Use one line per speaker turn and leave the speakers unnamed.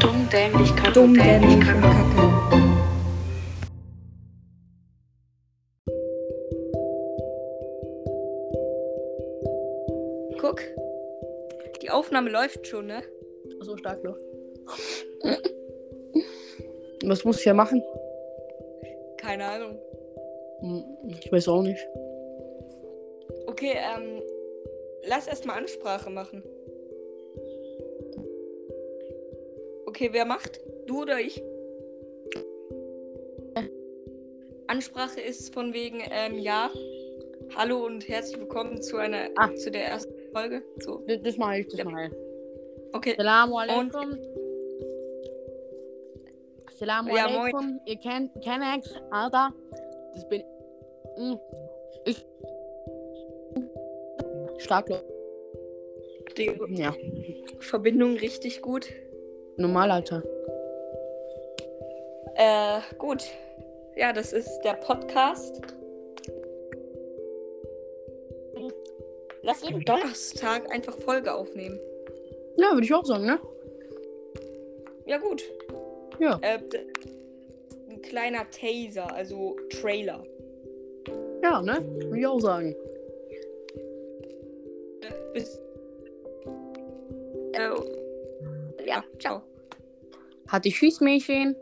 Dumm, dämlich, kacke,
Dumm,
dämlich,
dämlich und
kacke.
kacke.
Guck. Die Aufnahme läuft schon, ne?
So stark noch. Was muss ich ja machen?
Keine Ahnung.
Hm, Ich weiß auch nicht.
Okay, ähm. Lass erstmal Ansprache machen. Okay, wer macht? Du oder ich? Ansprache ist von wegen, ähm, ja. Hallo und herzlich willkommen zu einer
Ah.
zu der ersten Folge. So.
Das, das mache ich, das
Ja.
mache ich.
Okay.
Assalamu alaikum. Assalamu
Ja, moin.
alaikum. Ihr kennt Kennex, Alter. Das bin Hm. ich. Stark, Leute.
Die
Ja,
Verbindung richtig gut.
normal, Alter.
Äh, gut. Ja, das ist der Podcast. Lass jeden Donnerstag einfach Folge aufnehmen.
Ja, würde ich auch sagen, ne?
Ja, gut.
Ja.
Äh, d- ein kleiner Taser, also Trailer.
Ja, ne? Würde ich auch sagen.
Bis. Äh, ja, ciao.
Hatte ich Schießmädchen.